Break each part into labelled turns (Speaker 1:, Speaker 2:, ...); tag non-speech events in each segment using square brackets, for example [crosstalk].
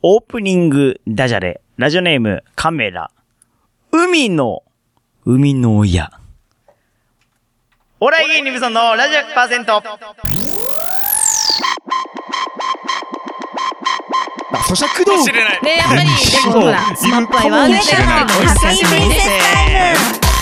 Speaker 1: オープニングダジャレ、ラジオネームカメラ、海の、海の親。お笑い芸人ブソンのラジオ100%。
Speaker 2: 咀嚼道具
Speaker 3: ねやっぱり、でもほら、スマップは言わないか
Speaker 4: な
Speaker 3: ら、
Speaker 4: い
Speaker 3: お久しぶりです。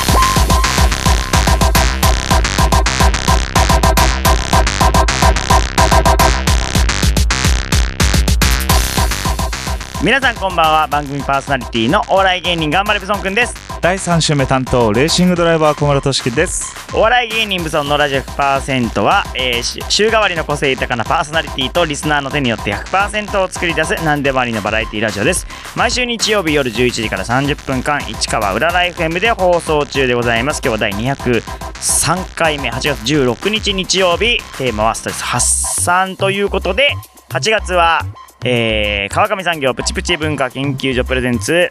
Speaker 1: 皆さんこんばんは、番組パーソナリティのお笑い芸人頑張れブソンくんです。
Speaker 5: 第3週目担当レーシングドライバー小室俊樹です
Speaker 1: お笑い芸人ブソンのラジオ100%は、えーし週替わりの個性豊かなパーソナリティとリスナーの手によって100%を作り出す何でもありのバラエティラジオです毎週日曜日夜11時から30分間市川裏ライフ M で放送中でございます今日は第203回目8月16日日曜日テーマはストレス発散ということで8月は、えー川上産業プチプチ文化研究所プレゼンツ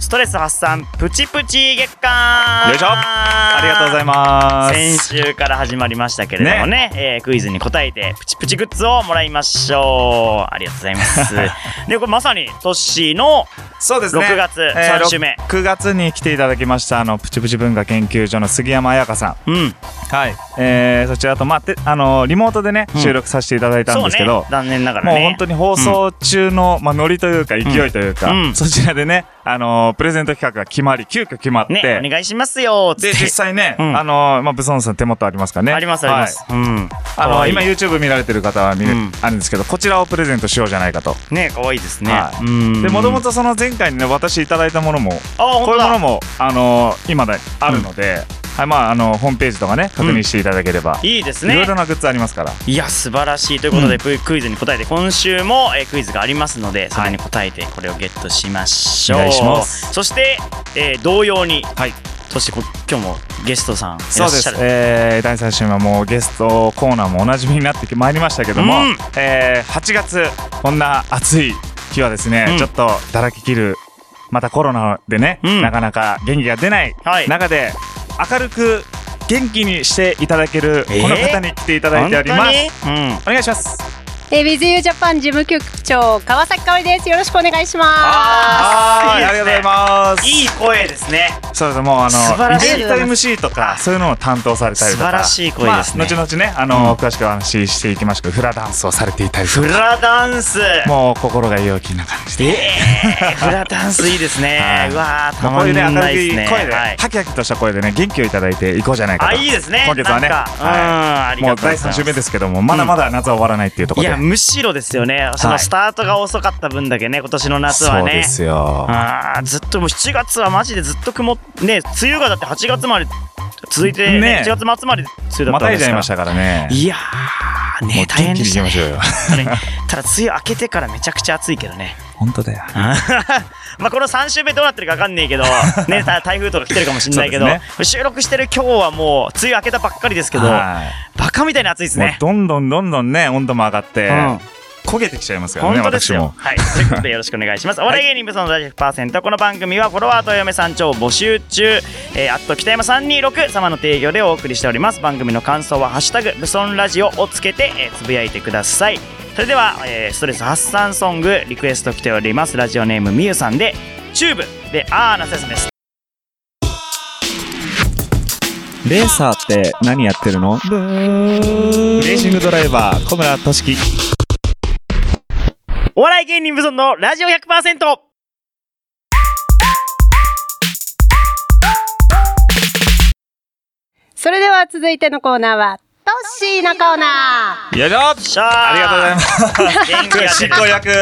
Speaker 1: ストレス発散プチプチ月間
Speaker 5: よいしょありがとうございま
Speaker 1: 先
Speaker 5: す
Speaker 1: 週から始まりましたけれどもねえークイズに答えてプチプチグッズをもらいましょうありがとうございます
Speaker 5: [laughs]
Speaker 1: でこれまさにトッシーの
Speaker 5: そうですね
Speaker 1: 6月
Speaker 5: えー
Speaker 1: 3週目、
Speaker 5: 6月に来ていただきましたあのプチプチ文化研究所の杉山彩香さん
Speaker 1: うん
Speaker 5: はい、えー、そちらと、まあ、てあのリモートでね
Speaker 1: うん
Speaker 5: 収録させていただいたん
Speaker 1: そう
Speaker 5: ですけ
Speaker 1: ね
Speaker 5: ど、
Speaker 1: 残念ながら
Speaker 5: もう
Speaker 1: ね
Speaker 5: 本当に放送中の、まあ、ノリというか勢いというか、
Speaker 1: うんうん
Speaker 5: そちらでね、あのプレゼント企画が決まり急遽決まって、
Speaker 1: ねお願いしますよつ
Speaker 5: で
Speaker 1: って
Speaker 5: 実際ね、
Speaker 1: うん
Speaker 5: あのまあ、ブソンさん手元ありますかね
Speaker 1: [laughs] ありますあります、うん
Speaker 5: あ
Speaker 1: 可
Speaker 5: の
Speaker 1: 愛い
Speaker 5: 今 YouTube 見られてる方は見る、
Speaker 1: うん
Speaker 5: あるんですけどこちらをプレゼントしようじゃないかと、
Speaker 1: ね可愛いですね、
Speaker 5: はい
Speaker 1: うん
Speaker 5: でもともとその前回にね私いただいたものも
Speaker 1: あ本
Speaker 5: こうい
Speaker 1: 当
Speaker 5: うもの
Speaker 1: だ
Speaker 5: もあの今だあるので、はいまああのホームページとかね確認していただければ、
Speaker 1: いいです
Speaker 5: いろ
Speaker 1: ね
Speaker 5: いろなグッズありますから
Speaker 1: いや素晴らしいということで、プクイズに答えて今週も、えークイズがありますのでそれに答えてこれをゲットしましょう、
Speaker 5: お願いします
Speaker 1: そして、えー同様に、
Speaker 5: はい
Speaker 1: そしてこ今日もゲストさんい
Speaker 5: そ
Speaker 1: らっ
Speaker 5: うで
Speaker 1: しゃ
Speaker 5: す
Speaker 1: る、
Speaker 5: えー、第3週はもうゲストコーナーもおなじみになってまいりましたけども、
Speaker 1: うん
Speaker 5: えー8月こんな暑い日はですね、
Speaker 1: うん
Speaker 5: ちょっとだらけきるまたコロナでね、
Speaker 1: うん
Speaker 5: なかなか元気が出ない
Speaker 1: はい
Speaker 5: 中で明るく元気にしていただけるこの方に来ていただいております、
Speaker 1: 本当に、うん、
Speaker 5: お願いします
Speaker 4: えビズユージャパン事務局長川崎香織です。よろしくお願いしま
Speaker 1: あ
Speaker 5: はいありがとうございます
Speaker 1: いい声ですね
Speaker 5: そうですもうあ
Speaker 1: 素晴ら
Speaker 5: の
Speaker 1: しい
Speaker 5: イベント MC とかそういうのを担当されたりとか
Speaker 1: 素晴らしい声ですね
Speaker 5: まあ、後々ねあの、詳しくお話ししていきますけどフラダンスをされていたりと
Speaker 1: フ
Speaker 5: か
Speaker 1: ラダンス
Speaker 5: もう心が陽気な感じで。
Speaker 1: フラダンスいいですね、
Speaker 5: はいう
Speaker 1: わーた
Speaker 5: まあこ
Speaker 1: ま
Speaker 5: うい
Speaker 1: ん
Speaker 5: うね、明
Speaker 1: ない
Speaker 5: る
Speaker 1: です
Speaker 5: い
Speaker 1: ね
Speaker 5: 声で、
Speaker 1: はい
Speaker 5: ハキハキとした声でね、元気をいただいていこうじゃないか
Speaker 1: あ
Speaker 5: と。
Speaker 1: いいですね
Speaker 5: 今月はね、
Speaker 1: なんかうんあり
Speaker 5: も
Speaker 1: が
Speaker 5: う
Speaker 1: とうござい
Speaker 5: 第
Speaker 1: ます
Speaker 5: 3週目ですけども、まだまだ夏は終わらないっていうとこ
Speaker 1: い
Speaker 5: ろで。
Speaker 1: やむしろですよねそ
Speaker 5: は
Speaker 1: の
Speaker 5: い
Speaker 1: スタートが遅かった分だけね今年の夏は
Speaker 5: そう
Speaker 1: ね
Speaker 5: ですよ。
Speaker 1: あーずっともう7月はマジでずっと曇っね梅雨がだって8月まで続いて、ね
Speaker 5: ね
Speaker 1: 7月末まで梅雨だ
Speaker 5: ま
Speaker 1: ったわ
Speaker 5: た
Speaker 1: け
Speaker 5: い
Speaker 1: で
Speaker 5: じ
Speaker 1: すか
Speaker 5: ゃい
Speaker 1: ら
Speaker 5: ましたからね。
Speaker 1: いやー
Speaker 5: も
Speaker 1: ね
Speaker 5: う
Speaker 1: 大変
Speaker 5: 元気
Speaker 1: で
Speaker 5: にい
Speaker 1: したね
Speaker 5: きまし
Speaker 1: [laughs]
Speaker 5: ょうよ。
Speaker 1: 本当にただ梅雨明けてからめちゃくちゃ暑いけどね
Speaker 5: 本当だよ。
Speaker 1: まあこの3週目どうなってるか分かんない
Speaker 5: [laughs]
Speaker 1: けどねた台風とか来てるかもしれないけど、
Speaker 5: そうで
Speaker 1: 収録してる今日はもう梅雨明けたばっかりですけどバ
Speaker 5: は
Speaker 1: カみたいに暑いです
Speaker 5: い。もう
Speaker 1: ね
Speaker 5: どんどんどんどんね、温度も上がって、
Speaker 1: うん
Speaker 5: 焦げてきちゃいますからね、
Speaker 1: 本当です
Speaker 5: 私
Speaker 1: よ
Speaker 5: も。。
Speaker 1: はい。ということでよろしくお願いし
Speaker 5: [laughs]
Speaker 1: ます。お笑い芸人ブソンのラジオ100%。この番組はフォロワーとお嫁さん超募集中。えー、あっと北山326様の提供でお送りしております。番組の感想はハッシュタグブソンラジオをつけて、えーつぶやいてください。それでは、えーストレス発散ソングリクエスト来ております。ラジオネームみゆさんで、チューブで、あーなせさんです。
Speaker 2: レーサーって何やってるの
Speaker 5: レーシングドライバー、小村俊樹。
Speaker 1: お笑い芸人ブソンのラジオ100%。
Speaker 4: す。それでは続いてのコーナーは、トッシーのコーナー。
Speaker 5: よいしょ
Speaker 1: しゃー
Speaker 5: ありがとうございます。
Speaker 1: 元
Speaker 5: [laughs]
Speaker 1: 気が出
Speaker 5: 執
Speaker 1: る
Speaker 5: 行役っ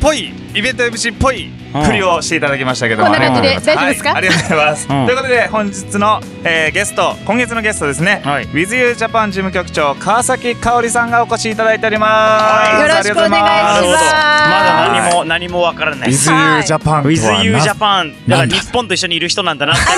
Speaker 5: ぽいイベント MC っぽい振りをしていただきましたけども、
Speaker 4: こんな感じで
Speaker 5: ありがとうございます
Speaker 4: 大丈夫ですか
Speaker 5: はいありがとうございます、
Speaker 1: うん
Speaker 5: ということで本日の、えーゲスト今月のゲストですね、
Speaker 1: はい
Speaker 5: WithYouJapan 事務局長川崎香織さんがお越しいただいております、
Speaker 4: よろしくお願いし
Speaker 1: な
Speaker 4: ま
Speaker 1: るほど。ま
Speaker 4: す
Speaker 1: だ何も、何もわからない。
Speaker 5: WithYouJapan とは
Speaker 1: With You Japan だから
Speaker 5: なんだ
Speaker 1: 日本と一緒にいる人なんだなってこ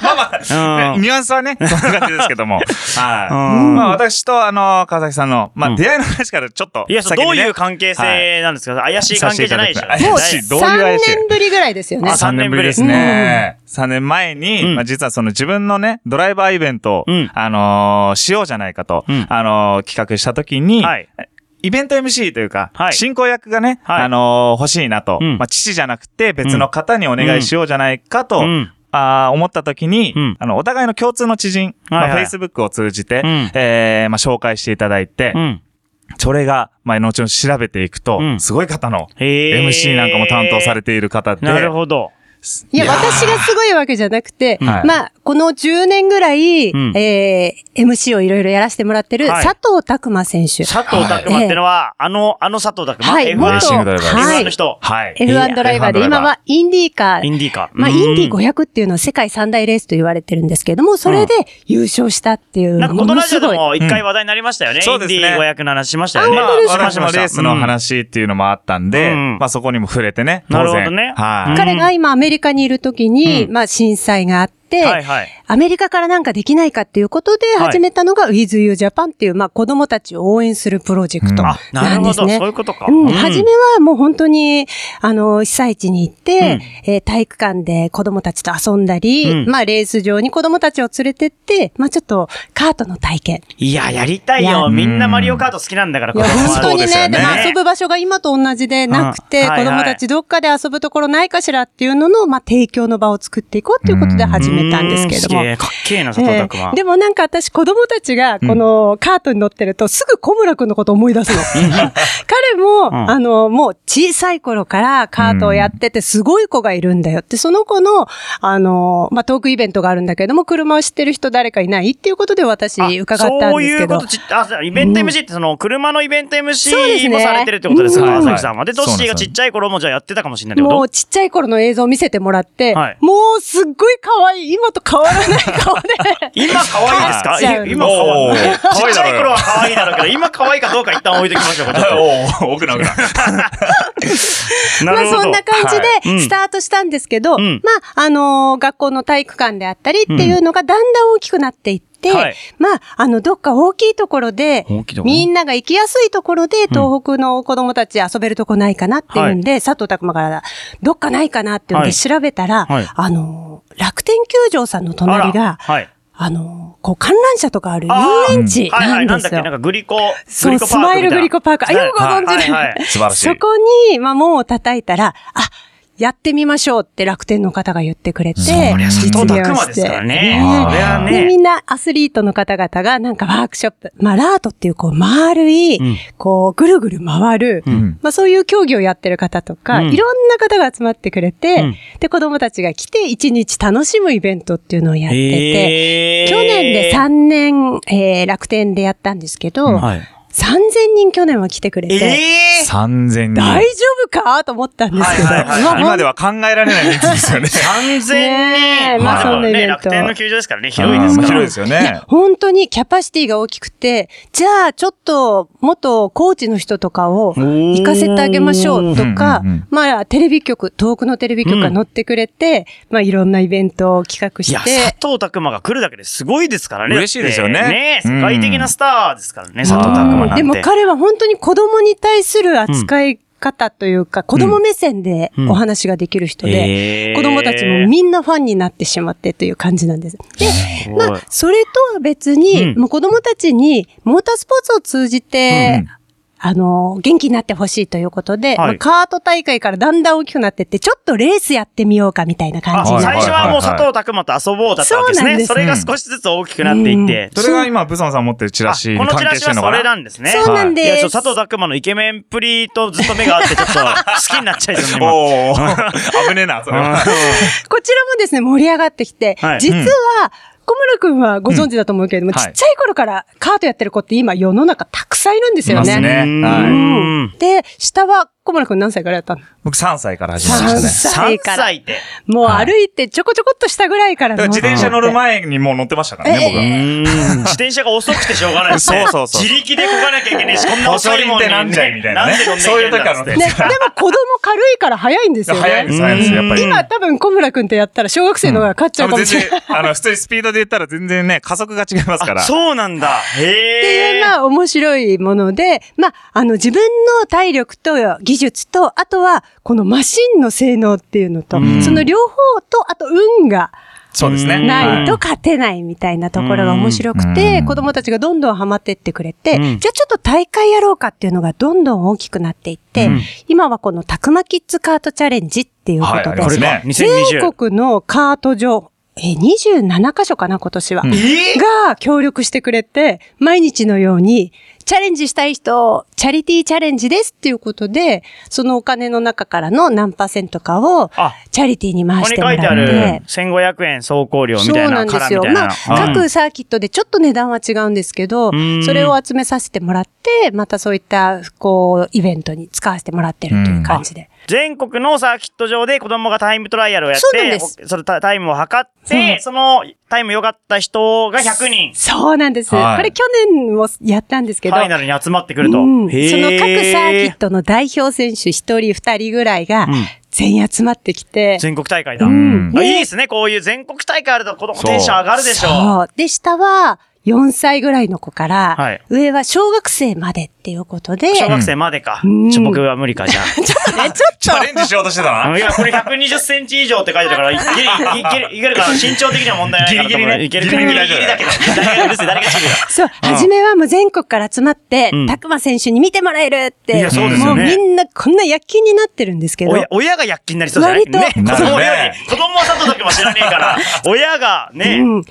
Speaker 1: と
Speaker 5: まあまあ、
Speaker 1: うん
Speaker 5: ニュアンス
Speaker 1: [laughs]
Speaker 5: はね、そんな感じですけども。はい。
Speaker 1: うん
Speaker 5: まあ私とあの、川崎さんの、ま
Speaker 1: うん
Speaker 5: あ出会いの話からちょっと先にね、
Speaker 1: いや、そうどういう関係性なんですか、怪しい関係じゃないでしょ。
Speaker 5: させていただきます怪しいどういう
Speaker 4: 3
Speaker 5: 怪しい
Speaker 4: 年ぶりぐらいですよね
Speaker 1: あ。
Speaker 5: 3年ぶりですね。3年前に、
Speaker 1: うん
Speaker 5: まあ、実はその自分のね、ドライバーイベントを、
Speaker 1: うん
Speaker 5: あのーしようじゃないかと、
Speaker 1: うん
Speaker 5: あのー企画した時に、
Speaker 1: はい
Speaker 5: イベント MC というか、
Speaker 1: はい
Speaker 5: 進行役がね、
Speaker 1: はい
Speaker 5: あのー欲しいなと、
Speaker 1: うん
Speaker 5: まあ、父じゃなくて別の方にお願いしようじゃないかと、
Speaker 1: うん。
Speaker 5: あー思った時に、
Speaker 1: うん
Speaker 5: あの、お互いの共通の知人、
Speaker 1: はいはい
Speaker 5: まあ、Facebook を通じて、
Speaker 1: うん
Speaker 5: えーまあ、紹介していただいて、
Speaker 1: うん。
Speaker 5: それが、まあ、後々調べていくと、
Speaker 1: うん
Speaker 5: すごい方の、
Speaker 1: へー
Speaker 5: MC なんかも担当されている方で、
Speaker 1: なるほど。
Speaker 4: いや、
Speaker 5: いやー
Speaker 4: 私がすごいわけじゃなくて、
Speaker 5: んはい
Speaker 4: まあ、この10年ぐらい、
Speaker 1: うん
Speaker 4: えー MC をいろいろやらせてもらってる、
Speaker 1: はい
Speaker 4: 佐藤拓馬選手。
Speaker 1: 佐藤拓馬ってのは、あの、あの佐藤拓馬、
Speaker 4: はい
Speaker 1: F1
Speaker 5: レーシングドライバーです
Speaker 4: は
Speaker 1: F1
Speaker 4: い
Speaker 1: の人、
Speaker 5: はい。
Speaker 4: F1 ドライバーで、
Speaker 5: F1 ド
Speaker 4: 今はインディーカ
Speaker 1: イ
Speaker 4: ー。
Speaker 1: ンディーか。
Speaker 4: まあ、
Speaker 1: うん
Speaker 4: インディー500っていうのは世界三大レースと言われてるんですけれども、それで優勝したっていう、
Speaker 1: なんかこ
Speaker 4: も
Speaker 1: のラ
Speaker 4: の
Speaker 1: ジ
Speaker 4: す
Speaker 1: オで
Speaker 4: ごい。
Speaker 1: も一回話題になりましたよね。
Speaker 5: うんそうですね
Speaker 1: インディー500の話しましたよね。
Speaker 5: まあ、
Speaker 1: しまし
Speaker 5: 私
Speaker 1: た
Speaker 5: もレースの。話っていうのもあったんで、
Speaker 1: うん
Speaker 5: まあそこにも触れてね、
Speaker 1: な
Speaker 5: 当然。
Speaker 1: るほどね
Speaker 5: はい。
Speaker 4: 彼が今アメリカにいる時に、
Speaker 1: う
Speaker 4: まあ震災があって、
Speaker 1: うんはいはい。
Speaker 4: アメリカからなんかできないかっていうことで
Speaker 1: はい
Speaker 4: 始めたのが With You Japan っていう、まあ子供たちを応援するプロジェクト
Speaker 5: うん
Speaker 1: あ、な
Speaker 4: な
Speaker 1: る
Speaker 4: ん
Speaker 1: ほ
Speaker 4: です
Speaker 1: ど。
Speaker 4: ね。
Speaker 1: そういうことか。
Speaker 4: うん、
Speaker 1: うん
Speaker 4: 初めはもう本当に、あの、被災地に行って、えー体育館で子供たちと遊んだり、
Speaker 1: うん
Speaker 4: まあレース場に子供たちを連れてって、まあちょっとカートの体験。
Speaker 1: いや、やりたい
Speaker 4: い
Speaker 1: よ。
Speaker 4: や
Speaker 1: みんなマリオカート好きなんだから、
Speaker 4: いや、
Speaker 1: 子供は
Speaker 4: 本当に
Speaker 5: そうですよ
Speaker 4: ね、
Speaker 5: ね
Speaker 4: でも遊ぶ場所が今と同じでなくて、
Speaker 1: うんはい
Speaker 4: 子供たちどっかで遊ぶところないかしらっていうのの、まあ提供の場を作っていこうということで始めたんですけれど
Speaker 1: う
Speaker 4: も。
Speaker 1: んげえかっけえな、佐藤拓馬。
Speaker 4: ええでもなんか私子供たちがこのカートに乗ってるとすぐ小村くんのこと思い出すの。 [laughs] 彼も、
Speaker 1: ん
Speaker 4: あの、もう小さい頃からカートをやっててすごい子がいるんだよって、その子の、あの、まあ、トークイベントがあるんだけども、車を知ってる人誰かいないっていうことで私
Speaker 1: あ
Speaker 4: 伺ったんで
Speaker 1: そ
Speaker 4: すけど。
Speaker 1: ういうことち、あ、そうイベント MC ってその、車のイベント
Speaker 4: そうです
Speaker 1: MC も
Speaker 4: ね
Speaker 1: されてるってことですか、
Speaker 5: うん
Speaker 1: 川崎さんは。で、ト
Speaker 5: そ
Speaker 1: ッ
Speaker 5: うなんです
Speaker 1: シー
Speaker 5: よ
Speaker 1: がちっちゃい頃もじゃあやってたかもしれないって
Speaker 4: も
Speaker 1: こ
Speaker 4: うちっちゃい頃の映像を見せてもらって、
Speaker 1: はい
Speaker 4: もうすっごい可愛い、今と変わらない顔で、
Speaker 1: と今可愛いです
Speaker 4: あじゃあ
Speaker 1: かい今可
Speaker 5: お
Speaker 1: 愛い。
Speaker 5: ー
Speaker 1: ちっちゃい頃は可愛いだろうけど、今可愛いかどうか一旦置いときましょうか、ちょっと。
Speaker 5: [laughs] おお、奥な奥な。
Speaker 1: [laughs] な
Speaker 4: まあ
Speaker 1: るほど。
Speaker 4: そんな感じ
Speaker 1: はいうん
Speaker 4: でスタートしたんですけど、
Speaker 1: うん
Speaker 4: まああのー学校の体育館であったりっていうのがだんだん大きくなっていって、
Speaker 1: はい
Speaker 4: まああのどっか大きいところで
Speaker 1: 大きいとこ
Speaker 4: みんなが行きやすいところで東北の子供たち遊べるとこないかなっていうんで、佐藤拓馬からどっかないかなっていうん
Speaker 1: はい
Speaker 4: で調べたら、
Speaker 1: はい
Speaker 4: あのー楽天球場さんの
Speaker 1: あら
Speaker 4: 隣があ
Speaker 1: はい。
Speaker 4: のーこう観覧車とかある
Speaker 1: あー
Speaker 4: 遊園地
Speaker 1: はいはい。
Speaker 4: な
Speaker 1: なんんだっ
Speaker 4: です
Speaker 1: け
Speaker 4: よ
Speaker 1: なん。かグリコ、グ
Speaker 4: そう、
Speaker 1: リコ
Speaker 4: ス
Speaker 1: パークみたいな。
Speaker 4: マイルグリコパーク。あ、よくご存知で。
Speaker 1: はいはい
Speaker 5: 素晴らしい。
Speaker 4: そこに、まあ、門を叩いたら、あ、やってみましょうって楽天の方が言ってくれて、
Speaker 1: これは佐
Speaker 4: 実
Speaker 1: 藤
Speaker 4: 現
Speaker 1: 拓馬
Speaker 4: し
Speaker 1: で
Speaker 4: て
Speaker 1: すからね。
Speaker 5: あー
Speaker 1: それは
Speaker 4: で、み
Speaker 1: ね。
Speaker 4: んなアスリートの方々がなんかワークショップ、まあ、ラートっていうこう丸い、
Speaker 1: ん
Speaker 4: こうぐるぐる回る、
Speaker 5: ん
Speaker 4: まあそういう競技をやってる方とか、
Speaker 1: うん
Speaker 4: いろんな方が集まってくれて、
Speaker 1: うん
Speaker 4: で、子供たちが来て一日楽しむイベントっていうのをやって
Speaker 1: へ
Speaker 4: て、
Speaker 1: ー
Speaker 4: 去年で3年、えー楽天でやったんですけど、
Speaker 1: はい。
Speaker 4: 3000人去年は来てくれて、
Speaker 1: えー
Speaker 5: 3000人。
Speaker 4: 大丈夫かと思ったんですけど、
Speaker 1: はいはいはい
Speaker 4: まあ
Speaker 5: 今では考えられない人数です
Speaker 1: [laughs]
Speaker 5: よね。
Speaker 1: 完
Speaker 4: ね
Speaker 1: 全
Speaker 4: え
Speaker 1: に。
Speaker 4: ま
Speaker 1: で
Speaker 4: あ
Speaker 1: も
Speaker 4: そんなイベント
Speaker 1: 楽天の球場ですからね、広いです
Speaker 5: う
Speaker 1: か
Speaker 5: ん
Speaker 1: ら。
Speaker 5: 広いですよね。
Speaker 4: 本当にキャパシティが大きくて、じゃあちょっと元コーチの人とかを行かせてあげましょうとか
Speaker 5: うんうんうん、
Speaker 4: まあテレビ局、遠くのテレビ局が乗ってくれて、まあいろんなイベントを企画
Speaker 1: い
Speaker 4: し
Speaker 1: や、
Speaker 4: て
Speaker 1: 佐、藤拓馬が来るだけですごいですからね。
Speaker 5: 嬉しいですよね
Speaker 1: だってねえ
Speaker 5: うん
Speaker 1: 世界的なスターですからね、佐藤拓馬なん
Speaker 4: で
Speaker 1: て。
Speaker 4: も彼は本当に子供に対する扱い方というか、子供目線でお話ができる人で、
Speaker 1: へー
Speaker 4: 子供たちもみんなファンになってしまってという感じなんです。で、
Speaker 1: すごい
Speaker 4: まあ、それとは別に、
Speaker 1: うん
Speaker 4: もう子供たちにモータースポーツを通じて、
Speaker 5: うん
Speaker 4: あの、元気になってほしいということで、
Speaker 1: はい
Speaker 4: まあカート大会からだんだん大きくなってって、ちょっとレースやってみようかみたいな感
Speaker 1: あ
Speaker 4: じに
Speaker 5: はい
Speaker 1: 最
Speaker 4: なって。
Speaker 1: 初はもう佐藤拓馬と遊ぼうだったわけです
Speaker 4: そうなん
Speaker 1: ね。
Speaker 4: です
Speaker 1: それが少しずつ大きくなっていって。
Speaker 5: それが今、ブソンさん持ってるチラ
Speaker 1: あ
Speaker 5: シに
Speaker 1: この
Speaker 5: 関
Speaker 1: チラ
Speaker 5: 係
Speaker 1: シ
Speaker 5: して
Speaker 1: は
Speaker 5: るの
Speaker 1: そ
Speaker 5: か
Speaker 1: れ
Speaker 5: な
Speaker 1: なんですね。
Speaker 4: そうなん
Speaker 1: いや、
Speaker 4: で
Speaker 1: ちょっ
Speaker 4: す。
Speaker 1: と佐藤拓馬のイケメンっぷりとずっと目が合って、ちょっ
Speaker 5: [laughs]
Speaker 1: と好きになっちゃいそうな、今。
Speaker 5: おお [laughs] 危ねえな、それは。
Speaker 4: こちらもですね、盛り上がってきて、
Speaker 1: はい
Speaker 4: 実は、小村くんはご存知だと思うけれども、
Speaker 5: うんはい
Speaker 4: ちっちゃい頃からカートやってる子って今世の中たくさんいるんですよ
Speaker 5: います
Speaker 4: ね。
Speaker 5: ねはい
Speaker 1: うん
Speaker 4: で、下は小村くん何歳からやったの
Speaker 5: 僕3歳から始まりましたね。
Speaker 1: 3
Speaker 4: 3
Speaker 1: 歳って。
Speaker 4: もう
Speaker 5: はい
Speaker 4: 歩いてちょこちょこっとしたぐらいから
Speaker 5: だから自転車乗る前にもう乗ってましたからね、僕は。
Speaker 1: 自転車が遅くてしょうがないですね。
Speaker 5: そうそうそう
Speaker 1: 自力でこがなきゃいけないし、こんな
Speaker 5: 細
Speaker 1: 遅い
Speaker 5: 輪
Speaker 1: も
Speaker 5: っ
Speaker 1: んに、
Speaker 5: てなんじゃいみたいなね
Speaker 1: んでこん。
Speaker 5: そういう時
Speaker 1: に
Speaker 5: は乗って
Speaker 4: ね、でも子供軽いから早いんですよね。
Speaker 5: 早いです、早いです、やっぱり。
Speaker 4: 今多分小村くんってやったら小学生の方が勝っちゃうかもしれない。
Speaker 5: あの全然、あの、普通にスピードで言ったら全然ね、加速が違いますから。
Speaker 1: あそうなんだ。
Speaker 4: ってい
Speaker 1: へ
Speaker 4: う、
Speaker 1: え。
Speaker 4: まあ、面白いもので、まあ、あの、自分の体力と技術と、あとは、このマシンの性能っていうのと、その両方と、あと、運が
Speaker 5: そうですね。
Speaker 4: ない
Speaker 5: は
Speaker 4: と勝てないみたいなところが面白く
Speaker 2: う
Speaker 4: て、
Speaker 2: ん
Speaker 4: 子供たちがどんどんハマってってくれて、
Speaker 1: うん
Speaker 4: じゃあちょっと大会やろうかっていうのがどんどん大きくなっていって、
Speaker 1: うん
Speaker 4: 今はこのたくまキッズカートチャレンジっていうことで、
Speaker 5: はいこれね
Speaker 4: 全
Speaker 1: 2020。
Speaker 4: 国のカート場、えー、27カ所かな、今年は。が協力してくれて、毎日のように、チャレンジしたい人、チャリティーチャレンジですっていうことで、そのお金の中からの何パーセントかを、
Speaker 1: あ、
Speaker 4: チャリティーに
Speaker 1: こ
Speaker 4: 回
Speaker 1: こ
Speaker 4: し
Speaker 1: に
Speaker 4: ても
Speaker 1: 書
Speaker 4: ら
Speaker 1: いてあ
Speaker 4: って
Speaker 1: る、、1500円走行料み
Speaker 4: そう
Speaker 1: たい
Speaker 4: な
Speaker 1: なんか
Speaker 4: で
Speaker 1: ら
Speaker 4: す
Speaker 1: み
Speaker 4: よ。
Speaker 1: たい
Speaker 4: まあ
Speaker 1: な。、
Speaker 4: 各サーキットでちょっと値段は違うんですけど
Speaker 1: うん、
Speaker 4: それを集めさせてもらって、またそういった、こう、イベントに使わせてもらってるという感じで。
Speaker 1: 全国のサーキット上で子供がタイムトライアルをやっ
Speaker 4: そうなん
Speaker 1: て、
Speaker 4: です
Speaker 1: そのタタイムを測って、
Speaker 4: そう
Speaker 1: そのタイム良かった人が100人、
Speaker 4: そうなんです。こ
Speaker 5: はい
Speaker 4: れ去年もやったんです
Speaker 1: フ
Speaker 4: けど、
Speaker 1: ァイナルに集まってくると。
Speaker 4: うん
Speaker 1: へー
Speaker 4: その各サーキットの代表選手1人2人ぐらいが
Speaker 1: うん
Speaker 4: 全員集まってきて、
Speaker 1: 全国大会だ。
Speaker 4: ん
Speaker 1: あ
Speaker 4: ね
Speaker 1: いいですね、こういう全国大会あると子供テンション上がるでしょ
Speaker 4: そう。で、下は4歳ぐらいの子から、
Speaker 1: はい
Speaker 4: 上は小学生までっていうことで、
Speaker 1: 小学生までか。
Speaker 4: うん
Speaker 1: ちょ僕は無理か、じゃ
Speaker 4: ちょっとね、
Speaker 5: チ
Speaker 4: ちょ
Speaker 5: ャ
Speaker 4: っ
Speaker 5: レンジしようとしてた
Speaker 1: あ。
Speaker 5: な。
Speaker 1: いや、これ120センチ以上って書いてるから、いける、いける、いけるから、身長的には問題ないからと思う。
Speaker 5: ギリギリね
Speaker 1: いける、ギ
Speaker 5: ギ
Speaker 1: リ
Speaker 5: リ
Speaker 1: ギ
Speaker 5: ギ
Speaker 1: リ
Speaker 5: リ
Speaker 1: だ
Speaker 5: 大
Speaker 1: け
Speaker 5: 丈夫
Speaker 1: ど。誰がうるせえ、誰がチビだ。
Speaker 4: と、そう、初めはもう全国から集まって
Speaker 1: うん、
Speaker 4: たくま選手に見てもらえるって、
Speaker 1: いやそう
Speaker 5: です
Speaker 4: も
Speaker 5: よ
Speaker 4: う
Speaker 1: ね
Speaker 4: みんなこんな躍起になってるんですけど、
Speaker 1: 親、親が躍起になりそうじゃない
Speaker 4: 割と
Speaker 1: ね。子
Speaker 5: なる
Speaker 1: 供
Speaker 5: ほど
Speaker 1: よ
Speaker 5: ね
Speaker 1: り、子供はさとだけも知らねえから、親が
Speaker 4: う
Speaker 1: ね、
Speaker 4: ん、あ、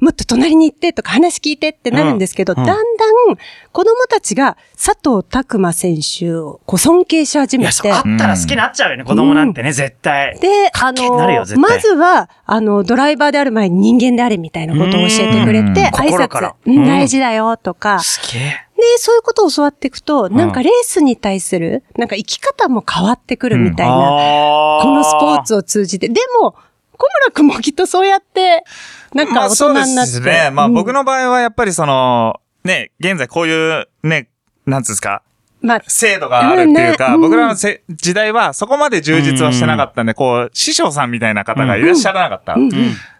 Speaker 4: もっと隣に行ってとか話聞いてってなるんですけど、
Speaker 1: うんうん
Speaker 4: だんだん子供たちが佐藤拓磨選手をこう尊敬し始
Speaker 1: い
Speaker 4: め
Speaker 1: や、
Speaker 4: て
Speaker 1: そう、、あったら好きになっちゃうよね、子供なんてね、絶対。
Speaker 4: で、あ
Speaker 1: 気になるよ
Speaker 4: の
Speaker 1: 絶、対
Speaker 4: まずは、あの、ドライバーである前に人間であれみたいなことを教えてくれ
Speaker 2: うん
Speaker 4: て、挨
Speaker 1: 心から
Speaker 4: 拶、
Speaker 1: う
Speaker 4: うんん大事だよとか、
Speaker 1: すげえ。
Speaker 4: で、そういうことを教わっていくと、なんかレースに対する、なんか生き方も変わってくるみたいな、
Speaker 1: あー
Speaker 4: このスポー。ツを通じて。でも、小村くんもきっとそうやって、なん
Speaker 5: ま
Speaker 4: か
Speaker 5: あ
Speaker 4: 大
Speaker 5: そ
Speaker 4: 人
Speaker 5: うで
Speaker 4: になって。
Speaker 5: すね。まあ
Speaker 4: うん
Speaker 5: 僕の場合はやっぱりその、ね、現在こういう、ね、なんつうんですか、
Speaker 4: まあ、
Speaker 5: 制度があるっていう
Speaker 4: うんね
Speaker 5: か、
Speaker 4: うん
Speaker 5: 僕らのせ時代はそこまで充実はしてなかったんで、こう、師匠さんみたいな方がいらっしゃらなかった。
Speaker 1: うん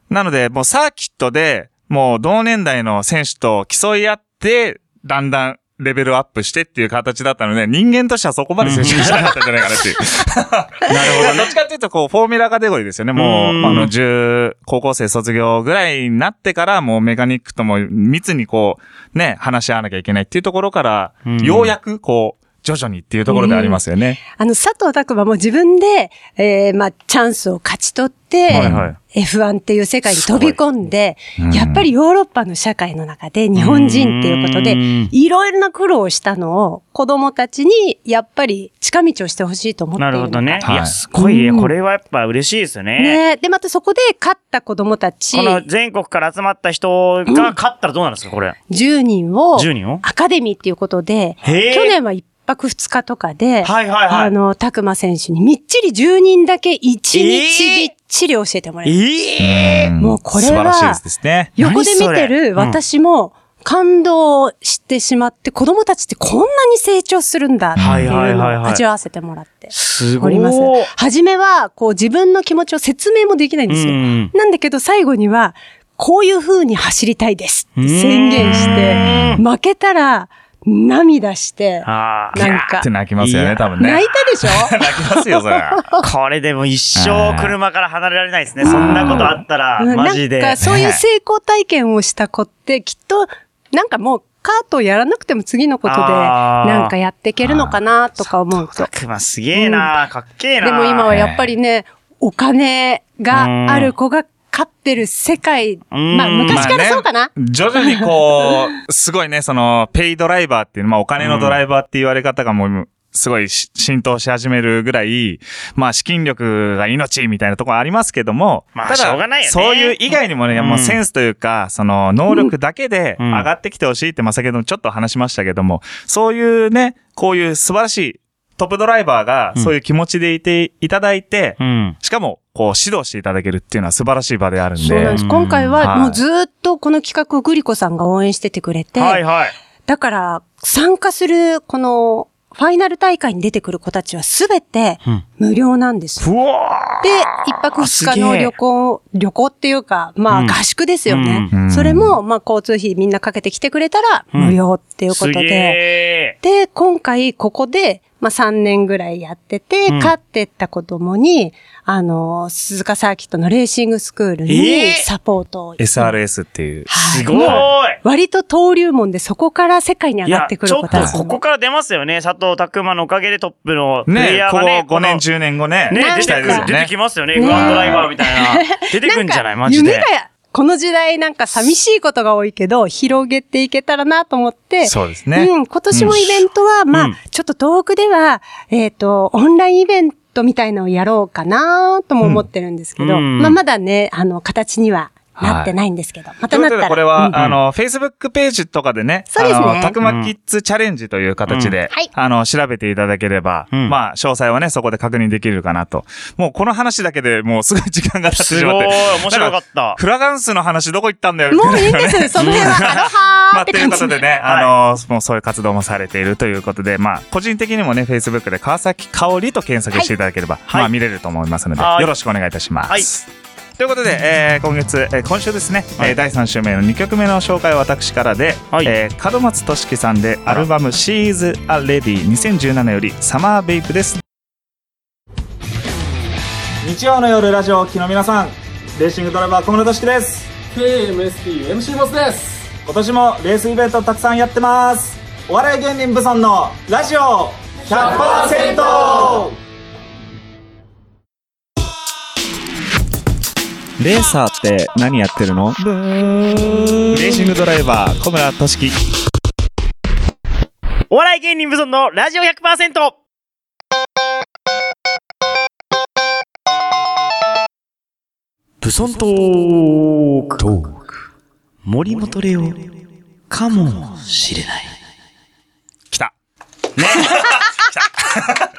Speaker 5: なので、もうサーキットで、もう同年代の選手と競い合って、だんだんレベルアップしてっていう形だったので、人間としてはそこまで成長しなかったんじゃないか
Speaker 1: [laughs]
Speaker 5: なっていう。なるほど。どっちかっていうと、こう、フォーミュラカテゴリーですよね。もう、
Speaker 1: うん
Speaker 5: あの、10、高校生卒業ぐらいになってから、もうメカニックとも密にこう、ね、話し合わなきゃいけないっていうところから、
Speaker 1: うん
Speaker 5: ようやく、こう、徐々にっていうところでありますよね。
Speaker 4: あの、佐藤拓馬も自分で、えーまあ、チャンスを勝ち取って、
Speaker 5: はいは
Speaker 4: F1 っていう世界に飛び込んで、やっぱりヨーロッパの社会の中で日本人っていうこと
Speaker 1: う
Speaker 4: で
Speaker 1: ん、
Speaker 4: いろいろな苦労をしたのを子供たちにやっぱり近道をしてほしいと思ってい
Speaker 1: な
Speaker 4: る
Speaker 1: る
Speaker 4: の
Speaker 1: ほ
Speaker 4: か
Speaker 1: どね。
Speaker 5: はい
Speaker 1: いや、すごいね。
Speaker 4: うん
Speaker 1: これはやっぱ嬉しいですね。
Speaker 4: ねえで、またそこで勝った子供たち
Speaker 1: この全国から集まった人が勝ったらどうなるんですか、これ。
Speaker 4: 10人を
Speaker 1: 10人を
Speaker 4: アカデミーっていうことで、去
Speaker 1: へえ
Speaker 4: 年は1泊2日とかで、
Speaker 1: はいはいはい
Speaker 4: あの、拓磨選手にみっちり10人だけ1
Speaker 1: え
Speaker 4: 日
Speaker 1: え
Speaker 4: びっちり教えてもらいました
Speaker 1: ええ
Speaker 4: もうこれは
Speaker 5: 素晴らしいですね。
Speaker 4: 横で見てる
Speaker 1: 何それ
Speaker 4: 私も感動してしまって、子供たちってこんなに成長するんだっていう
Speaker 1: はいはいはい
Speaker 4: の
Speaker 1: は
Speaker 4: を
Speaker 1: い
Speaker 4: 味わわせてもらって
Speaker 1: す
Speaker 4: お
Speaker 1: ごい。
Speaker 4: ります。初めは、こう自分の気持ちを説明もできないんですよ。
Speaker 1: ん。
Speaker 4: なんだけど最後には、こういう風に走りたいですって宣言して、
Speaker 1: う
Speaker 4: 負けたら涙して、
Speaker 1: ああ。
Speaker 4: なんか
Speaker 5: って、泣きますよ
Speaker 1: いや
Speaker 5: ね、多分ね。
Speaker 4: 泣いたでしょ
Speaker 5: 泣きますよ、それは。
Speaker 1: これでも一生車から離れられないですね。そんなことあったら、
Speaker 4: うん
Speaker 1: マジで。
Speaker 4: なんかそういう成功体験をした子ってきっとなんかもうカートをやらなくても次のことで
Speaker 1: あー
Speaker 4: なんかやっていけるのかなとか思うと。
Speaker 1: 熊すげえな、かっけえな。
Speaker 4: でも今はやっぱりね、お金がある子が勝ってる世界、
Speaker 1: うん
Speaker 4: まあ昔からそうか
Speaker 5: ま
Speaker 4: な。
Speaker 5: あね、徐々にこう、すごいね、そ
Speaker 4: [laughs]
Speaker 5: の、ペイドライバーっていう、まあお金のドライバーって言われ方がもう、すごいし浸透し始めるぐらい、まあ資金力が命みたいなところありますけども、
Speaker 1: まあ
Speaker 5: ただ
Speaker 1: しょうがないよね
Speaker 5: そういう以外にもね、
Speaker 1: うん
Speaker 5: もうセンスというか、その能力だけで
Speaker 1: うん
Speaker 5: 上がってきてほしいって、まあ先ほどもちょっと話しましたけども、そういうね、こういう素晴らしいトップドライバーが
Speaker 1: うん
Speaker 5: そういう気持ちでいていただいて、
Speaker 1: うん。
Speaker 5: しかも、こう指導していただけるっていうのは素晴らしい場であるんで。
Speaker 4: そうなんです。今回は
Speaker 5: はい
Speaker 4: もうずーっとこの企画をグリコさんが応援しててくれて、
Speaker 1: はいはい。
Speaker 4: だから参加するこのファイナル大会に出てくる子たちはすべて
Speaker 1: うん
Speaker 4: 無料なんですよ
Speaker 1: ふわ
Speaker 4: で、一泊二日の旅行、旅行っていうか、ま
Speaker 1: うん
Speaker 4: あ合宿ですよね。
Speaker 5: うん
Speaker 4: それも、まあ交通費みんなかけてきてくれたら
Speaker 1: うん
Speaker 4: 無料っていう
Speaker 1: ー
Speaker 4: こ
Speaker 1: す
Speaker 4: と
Speaker 1: げ
Speaker 4: で。
Speaker 1: え。
Speaker 4: で、今回ここで、まあ3年ぐらいやってて、
Speaker 1: うん
Speaker 4: 勝ってった子供に、あの、鈴鹿サーキットのレーシングスクールに
Speaker 1: えー
Speaker 4: サポートを。
Speaker 5: SRS っていう。
Speaker 1: すごい。
Speaker 4: 割と登竜門でそこから世界に上
Speaker 1: い
Speaker 4: が
Speaker 1: や、
Speaker 4: って
Speaker 1: ち
Speaker 4: くる
Speaker 1: ょ
Speaker 4: 子
Speaker 1: ったと
Speaker 4: ち
Speaker 1: ここから出ますよね。佐藤拓磨のおかげでトップのプレイ
Speaker 5: ね
Speaker 1: ヤー
Speaker 5: こ
Speaker 1: が
Speaker 5: こ
Speaker 1: ね。この
Speaker 5: 5年、10年後ね。
Speaker 1: ね、出
Speaker 5: 期
Speaker 1: て
Speaker 5: 待
Speaker 1: く
Speaker 5: で
Speaker 1: る
Speaker 5: すよ、
Speaker 1: 出て
Speaker 5: ね
Speaker 1: き。ますよね。グランドライバーみたいな。出てくんじゃないマジ
Speaker 4: 夢
Speaker 1: で
Speaker 4: が。この時代なんか寂しいことが多いけど、広げていけたらなと思って、
Speaker 5: そうですね。
Speaker 4: うん、今年もイベントは、まあ、
Speaker 1: うん
Speaker 4: ちょっと遠くでは、えっ、と、オンラインイベントみたいなのをやろうかなとも思ってるんですけど、
Speaker 1: うん
Speaker 4: まあ、まだね、あの、形にはなってないんですけど、ま
Speaker 5: と
Speaker 4: た
Speaker 5: いう
Speaker 4: な
Speaker 5: こ
Speaker 4: っ
Speaker 5: とで、
Speaker 4: たら。
Speaker 5: これ
Speaker 4: う
Speaker 5: は、
Speaker 4: ん
Speaker 5: あの、Facebook ページとかでね、
Speaker 4: そうですね
Speaker 5: あの、たくまキッズチャレンジという形で、
Speaker 4: はい
Speaker 5: あの、調べていただければ、
Speaker 1: うん
Speaker 5: まあ、詳細はね、そこで確認できるかなと。もう、この話だけでもうすごい時間が経ってし
Speaker 1: す
Speaker 5: まっ
Speaker 1: ごい。
Speaker 5: て。
Speaker 1: 面白かった。
Speaker 5: フラガンスの話どこ行ったんだよ、
Speaker 4: もういいん
Speaker 5: みた
Speaker 4: で
Speaker 5: な
Speaker 4: す。
Speaker 5: [laughs]
Speaker 4: その辺は、アロ
Speaker 5: ま
Speaker 4: ハー
Speaker 5: あ、
Speaker 4: って
Speaker 5: という
Speaker 4: 感
Speaker 5: こ
Speaker 4: じ
Speaker 5: と
Speaker 4: で。
Speaker 5: でね、あのもうそういう活動もされているということで、まあ、個人的にもね、Facebook で川崎香織と検索していただければ、
Speaker 1: はい
Speaker 5: まあ、見れると思いますので、
Speaker 1: はい
Speaker 5: よろしくお願いいたします。
Speaker 1: はい
Speaker 5: ということで、えー今月、えー今週ですね、
Speaker 1: はい
Speaker 5: えー第3週目の2曲目の紹介は私からで、
Speaker 1: はい
Speaker 5: えー門松俊樹さんで
Speaker 1: あ
Speaker 5: ア
Speaker 1: ら
Speaker 5: ルバム「She's a Lady」2017より「サマーベイプ」です日曜の夜ラジオをきの皆さんレーシングドライバー小室俊樹です
Speaker 6: KMSPMC モスです
Speaker 5: 今年もレースイベントたくさんやってますお笑い芸人ブソンのラジオ 100%!
Speaker 2: レーサーって何やってるの
Speaker 5: レーシングドライバー小村俊樹
Speaker 1: お笑い芸人無尊のラジオ 100%! ブソントーク森本レオかもしれない。
Speaker 5: 来た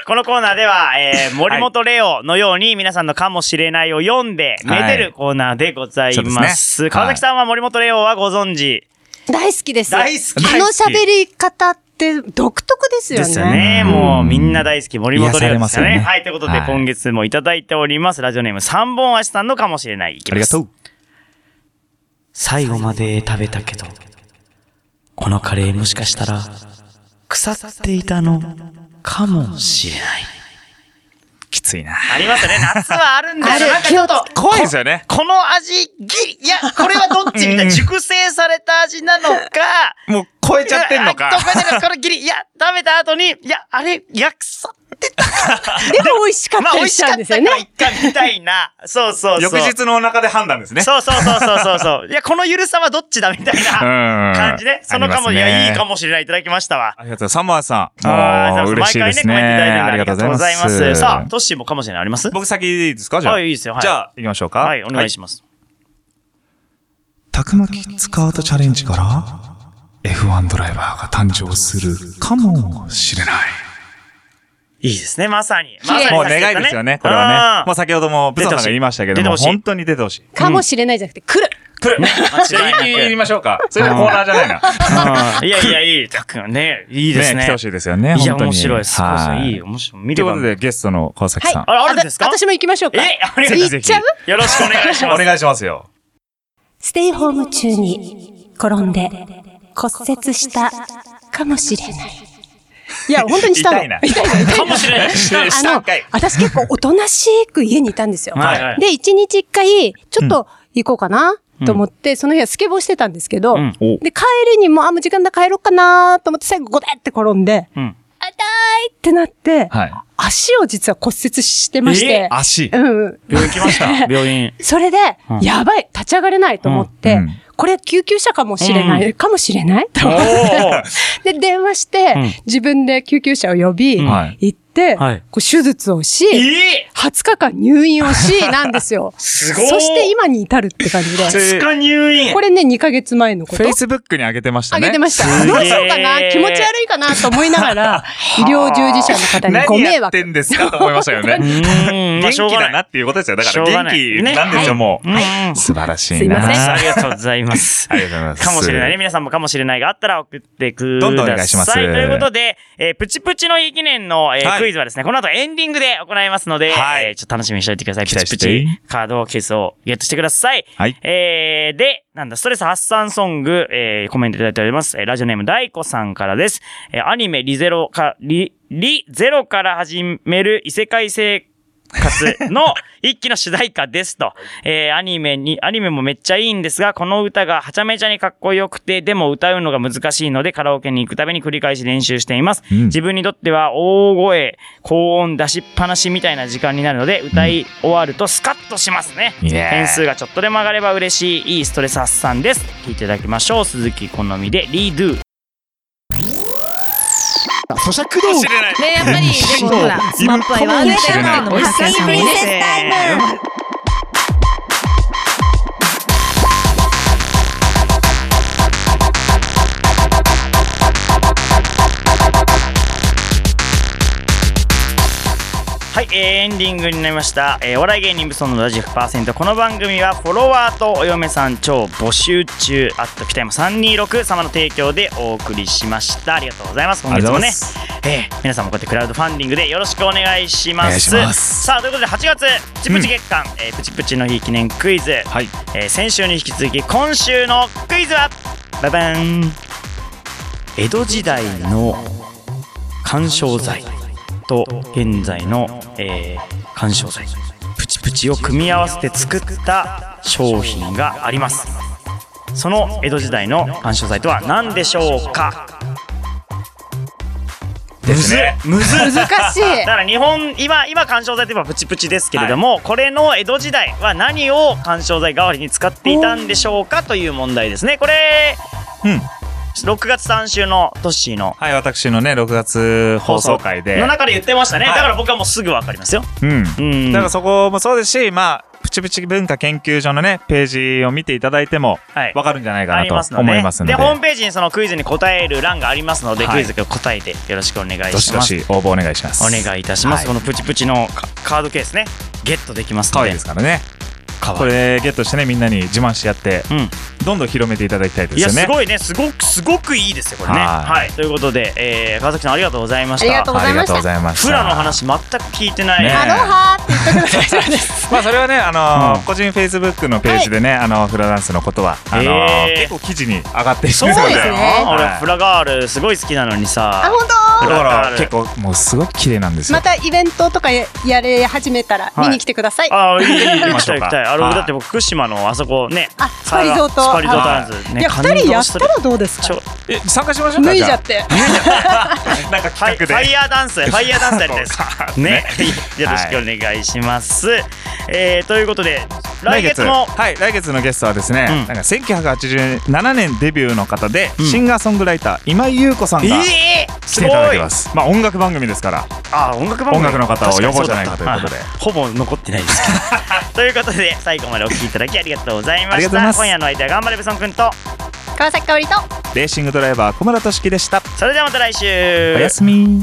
Speaker 1: このコーナーでは、えー、森本レオのように皆さんのかもしれないを読んで、
Speaker 5: はい
Speaker 1: めでるコーナーでござい
Speaker 5: そう
Speaker 1: ま。
Speaker 5: ですすね
Speaker 1: 川崎さんは森本レオはご存知
Speaker 4: 大好きです。
Speaker 1: 大好き
Speaker 4: あの喋り方って独特ですよね。
Speaker 1: ですよね。もうみんな大好き、森本レオ
Speaker 5: 癒され
Speaker 1: で
Speaker 5: ますす
Speaker 1: よ
Speaker 5: よ
Speaker 1: ね。
Speaker 5: ね
Speaker 1: はい、ということで、
Speaker 5: はい
Speaker 1: 今月もいただいております。ラジオネーム三本足さんのかもしれない。いきま
Speaker 5: ありが
Speaker 1: す
Speaker 5: とう
Speaker 1: 最後まで食べたけど、このカレーもしかしたら、腐っていたのかもしれない。
Speaker 5: きついな
Speaker 1: ありますよね。夏はあるんです
Speaker 4: あ
Speaker 1: よ。
Speaker 4: れ
Speaker 1: なんかちょっと、
Speaker 5: 怖いですよね
Speaker 1: この味、ギリ、いや、これはどっちみたいな、熟成された味なのか、 [laughs]
Speaker 5: もう超えちゃってんの
Speaker 1: あ
Speaker 5: か
Speaker 1: どこでもこれギリ、いや、食べた後に、いや、あれ、いや、くさ
Speaker 4: でも美味しかっ
Speaker 1: [laughs] まあ、
Speaker 4: た
Speaker 1: 美
Speaker 4: り
Speaker 1: 味
Speaker 4: し
Speaker 1: し
Speaker 4: ち
Speaker 1: か
Speaker 4: ゃう
Speaker 1: った
Speaker 4: んです
Speaker 1: か
Speaker 4: よ
Speaker 1: ら
Speaker 4: ね。
Speaker 1: いっか、みたいな。そうそうそう。
Speaker 5: 翌日のお腹で判断ですね
Speaker 1: そうそうそうそうそうそう。いや、このゆるさはどっちだみたいな
Speaker 5: 感
Speaker 1: 感じね。そのかも、いや、いいかもしれない。いただきましたわ。
Speaker 5: ありがとうございます。サマーさん。
Speaker 1: あー
Speaker 5: もう嬉しいですね。
Speaker 1: 毎回ね、コメントいただいてるのでありがとうございます。さあ、
Speaker 5: と
Speaker 1: トッシーもかもしれないあります
Speaker 5: 僕先でいいですかじゃあ。
Speaker 1: あいいですよはい
Speaker 5: じゃあ、行きましょうか。
Speaker 1: はい、お願いします。
Speaker 5: す。たくまき使うとチャレンジから、F1 ドライバーが誕生するかもしれない。
Speaker 1: いいですね、まさに。まさに
Speaker 5: もう願いですよね、これはね。もう先ほども、ブソンさんが言いましたけど
Speaker 1: 出てほ
Speaker 5: も、
Speaker 1: しい
Speaker 5: 本当に出てほしい。
Speaker 4: かもしれないじゃなくて、来る
Speaker 5: 来るじゃあ、
Speaker 1: 間違いなく
Speaker 5: 言いましょうか。それでコーナーじゃないな。
Speaker 1: [laughs] うんいやいや、いい。たくんね、いいですね。
Speaker 5: 来てほしいですよね。
Speaker 1: いや、
Speaker 5: 本当に
Speaker 1: 面白い。すごいです
Speaker 5: は
Speaker 1: ね、いい。面白い。見
Speaker 5: とい
Speaker 1: れ
Speaker 5: うこ
Speaker 1: ば
Speaker 5: と。で、ゲストの川崎さん。
Speaker 1: ああるんですか
Speaker 4: あた私も行きましょうか。
Speaker 1: え、ありがとうござい
Speaker 4: 行っちゃう
Speaker 1: ます。よろしくお願いし
Speaker 5: お
Speaker 1: ます。
Speaker 5: 願いしますよ。
Speaker 4: ステイホーム中に転んで骨折したかもしれない。い [laughs] や、本当にしたの。
Speaker 5: 痛いな
Speaker 4: 痛いの痛い
Speaker 1: かもし
Speaker 5: [laughs]
Speaker 1: れない。
Speaker 5: し
Speaker 4: あ
Speaker 5: したん
Speaker 4: の
Speaker 5: かい、
Speaker 4: 私結構おとなしく家にいたんですよ。
Speaker 1: はいはい
Speaker 4: で、一日一回、ちょっと行こうかなと思って、その日はスケボーしてたんですけど、
Speaker 1: うん
Speaker 5: お
Speaker 4: で、帰りにもう、あ、もう時間だ帰ろうかなと思って、最後ゴテって転んで、
Speaker 1: うん。
Speaker 4: あたーいってなって、
Speaker 5: はい。
Speaker 4: 足を実は骨折してまして、
Speaker 5: 足。
Speaker 4: うんうん。
Speaker 1: 病院来ま [laughs] した。病院。
Speaker 4: それで、
Speaker 1: うん
Speaker 4: やばい、立ち上がれないと思って、
Speaker 5: うんうん
Speaker 4: これ救急車かもしれない、かもしれないと
Speaker 1: お
Speaker 4: 思っ
Speaker 1: ー。
Speaker 4: て、で、電話して、
Speaker 1: うん
Speaker 4: 自分で救急車を呼び、
Speaker 1: うん
Speaker 5: はい
Speaker 4: 行って、
Speaker 1: はい
Speaker 4: こう手術をし、
Speaker 1: ええ
Speaker 4: 20日間入院をし、なんですよ。
Speaker 1: すごい
Speaker 4: そして今に至るって感じで。
Speaker 1: 二日入院。
Speaker 4: これね、2ヶ月前のこ
Speaker 5: フ
Speaker 4: と
Speaker 5: ェイ。スブックに上げてました
Speaker 4: あ
Speaker 5: ね。
Speaker 4: げてました。
Speaker 1: すげー
Speaker 4: どうしようかな気持ち悪いかなと思いながら、医療従事者の方にご
Speaker 5: 何
Speaker 4: 迷
Speaker 5: やっ
Speaker 4: 惑。
Speaker 5: てんですかと思いましたよ
Speaker 1: う
Speaker 5: ね。
Speaker 1: ーん、ま
Speaker 5: 元
Speaker 1: あ、
Speaker 5: 気
Speaker 1: しょうが
Speaker 5: だ
Speaker 1: な。
Speaker 5: ないっていうことですよ。だか
Speaker 1: しょうが
Speaker 5: ら
Speaker 1: な
Speaker 5: 元
Speaker 1: い
Speaker 5: 気
Speaker 1: ね
Speaker 5: なんですよ、もう。
Speaker 1: うん。
Speaker 5: 素晴らし
Speaker 4: す
Speaker 5: い
Speaker 4: いません
Speaker 5: な。
Speaker 1: ありがとうございます。
Speaker 5: ありがとうございます。
Speaker 1: かもしれないね。皆さんもかもしれないがあったら送ってください。
Speaker 5: どんどんお願いします
Speaker 1: ということで、えープチプチの日記念の、えー
Speaker 5: はい
Speaker 1: ククイズはですね、この後エンディングで行いますので、
Speaker 5: はい
Speaker 1: えーちょっと楽しみにしておいてください。プ
Speaker 5: 期
Speaker 1: チプ
Speaker 5: 待して
Speaker 1: チカードケースをゲットしてください。
Speaker 5: はい
Speaker 1: えー、で、なんだ、ストレス発散ソング、えー、コメントいただいております。えーラジオネーム大子さんからです。えー、アニメリゼロか、リ、リゼロから始める異世界生活の一期の主題歌ですと。えー、アニメに、アニメもめっちゃいいんですが、この歌がはちゃめちゃにかっこよくて、でも歌うのが難しいので、カラオケに行くために繰り返し練習しています。
Speaker 5: うん
Speaker 1: 自分にとっては大声、高音出しっぱなしみたいな時間になるので、歌い終わるとスカッとしますね。
Speaker 5: いいね
Speaker 1: 点数がちょっとでも上がれば嬉しい、いいストレス発散です。聴いていただきましょう。鈴木好みで、リードゥ。
Speaker 7: 咀嚼道具
Speaker 5: 知れない。
Speaker 3: ね、やっぱり、でもほら、スマップアイは、上からのお久しぶりです。
Speaker 1: はい、えーエンディングになりました。えーお笑い芸人ブソンのラジ100%。この番組はフォロワーとお嫁さん超募集中、あと北山326様の提供でお送りしました。ありがとうございます。今月もね、えー皆さんもこうやってクラウドファンディングでよろしくお願いします。
Speaker 5: お願いします
Speaker 1: さあ、ということで8月、プチプチ月間、えープチプチの日記念クイズ、
Speaker 5: はい。
Speaker 1: えー先週に引き続き今週のクイズはババーン江戸時代の緩衝材と現在の、えー、緩衝材プチプチを組み合わせて作った商品がありますその江戸時代の緩衝材とは何でしょうか
Speaker 5: ですね。
Speaker 1: むず
Speaker 4: 難しい。
Speaker 1: だから日本今今緩衝材といえばプチプチですけれども、これの江戸時代は何を緩衝材代わりに使っていたんでしょうかという問題ですねこれ
Speaker 5: うん。
Speaker 1: 6月3週のトッシーの
Speaker 5: はい、私のね、6月放送会で
Speaker 1: の。中で言ってましたね、
Speaker 5: はい
Speaker 1: だから僕はもうすぐ分かりますよ
Speaker 5: うん。
Speaker 1: うん
Speaker 5: だからそこもそうですし、まあ、プチプチ文化研究所のね、ページを見ていただいても、
Speaker 1: はい
Speaker 5: わかるんじゃないか
Speaker 1: あ
Speaker 5: な
Speaker 1: ります
Speaker 5: と
Speaker 1: の
Speaker 5: 思
Speaker 1: で
Speaker 5: いますの
Speaker 1: で
Speaker 5: で、
Speaker 1: ホームページにそのクイズに答える欄がありますので、
Speaker 5: はい
Speaker 1: クイズを答えてよろしくお願い
Speaker 5: ど
Speaker 1: し
Speaker 5: しど
Speaker 1: ます
Speaker 5: し応募お願いします。
Speaker 1: お願いいたします、
Speaker 5: は
Speaker 1: こ
Speaker 5: い
Speaker 1: のプチプチのカカードケースねゲットできます
Speaker 5: 可
Speaker 1: の
Speaker 5: 愛い
Speaker 1: で
Speaker 5: ですからね。
Speaker 1: か
Speaker 5: これゲットしてね、みんなに自慢してやって、
Speaker 1: うん
Speaker 5: どんどん広めていただきたいで
Speaker 1: い
Speaker 5: す
Speaker 1: や
Speaker 5: よね。
Speaker 1: すごいねすごくすごくいいですよこれねは、
Speaker 5: はい
Speaker 1: ということで、えー、川崎さんありがとうございました
Speaker 4: ありがとうござ
Speaker 5: あ
Speaker 4: い
Speaker 5: り
Speaker 4: ま
Speaker 5: がと
Speaker 4: し
Speaker 5: う
Speaker 4: た
Speaker 5: ご。ざいました。
Speaker 1: フラの話全く聞いてない、
Speaker 5: ね
Speaker 4: アロハーって言ってください。
Speaker 5: まあそれはね、あのー
Speaker 1: うん
Speaker 5: 個人フェイスブックのページでね、あのーフラダンスのことは、あのー
Speaker 1: へー
Speaker 5: 結構記事に上がっている
Speaker 1: そう
Speaker 5: の
Speaker 1: だ
Speaker 5: で
Speaker 1: よ、
Speaker 4: ね
Speaker 1: 俺
Speaker 5: はい
Speaker 1: フラガールすごい好きなのに
Speaker 4: あ、
Speaker 1: さ
Speaker 4: 本
Speaker 5: だ
Speaker 1: フ
Speaker 4: 当
Speaker 1: ラ
Speaker 5: か
Speaker 1: ガー
Speaker 5: ら
Speaker 1: ル
Speaker 5: 結構もうすごく綺麗なんですよ
Speaker 4: ま。たイベントとかややり始めたら見に来てください。
Speaker 1: ああ、いい、いい、
Speaker 5: 行き
Speaker 1: 行
Speaker 5: ま
Speaker 1: き
Speaker 5: し
Speaker 1: た
Speaker 5: ょう
Speaker 1: い、
Speaker 5: か
Speaker 1: 行きたい。あれ、
Speaker 5: はい
Speaker 1: だって僕、福島のあそこね。
Speaker 4: あスパリゾート
Speaker 1: スパリゾートアンズ。
Speaker 4: いや、二人やったらどうです
Speaker 1: ち
Speaker 4: か
Speaker 1: ょ
Speaker 5: え参加しましょうか
Speaker 4: 脱いじゃって。
Speaker 5: じゃあなんか
Speaker 1: ファイ
Speaker 5: 企
Speaker 1: フ
Speaker 5: 画で。
Speaker 1: ァイヤーダンス、ファイヤーダンスやりたいです。ね [laughs] よろしく
Speaker 5: は
Speaker 1: お願いします。えー、ということで、来
Speaker 5: 来
Speaker 1: 月
Speaker 5: 月
Speaker 1: も、
Speaker 5: はい来月のゲストはですね、
Speaker 1: うん
Speaker 5: なんか1987年デビューの方で、
Speaker 1: うん
Speaker 5: シンガーソングライター今井優子さんが来
Speaker 1: えー、す
Speaker 5: てい
Speaker 1: ご
Speaker 5: ただき
Speaker 1: い
Speaker 5: ますまあ音楽番組ですから
Speaker 1: あー、音楽番組
Speaker 5: 音楽の方を呼ぼうじゃないか
Speaker 1: 確に
Speaker 5: というこ
Speaker 1: そうだ [laughs] っ
Speaker 5: とで
Speaker 1: たはいほぼ残ってないですけど。
Speaker 5: [laughs]
Speaker 1: ということで、最後までお聞きいただきありがとうございま
Speaker 5: あり
Speaker 1: し
Speaker 5: がとうござい
Speaker 1: た。
Speaker 5: ます
Speaker 1: 今夜の相手は、頑張れブソン君と、
Speaker 4: 川崎かおりと。
Speaker 5: レーシングドライバー小村俊樹でした
Speaker 1: それではまた来週。
Speaker 5: おやすみ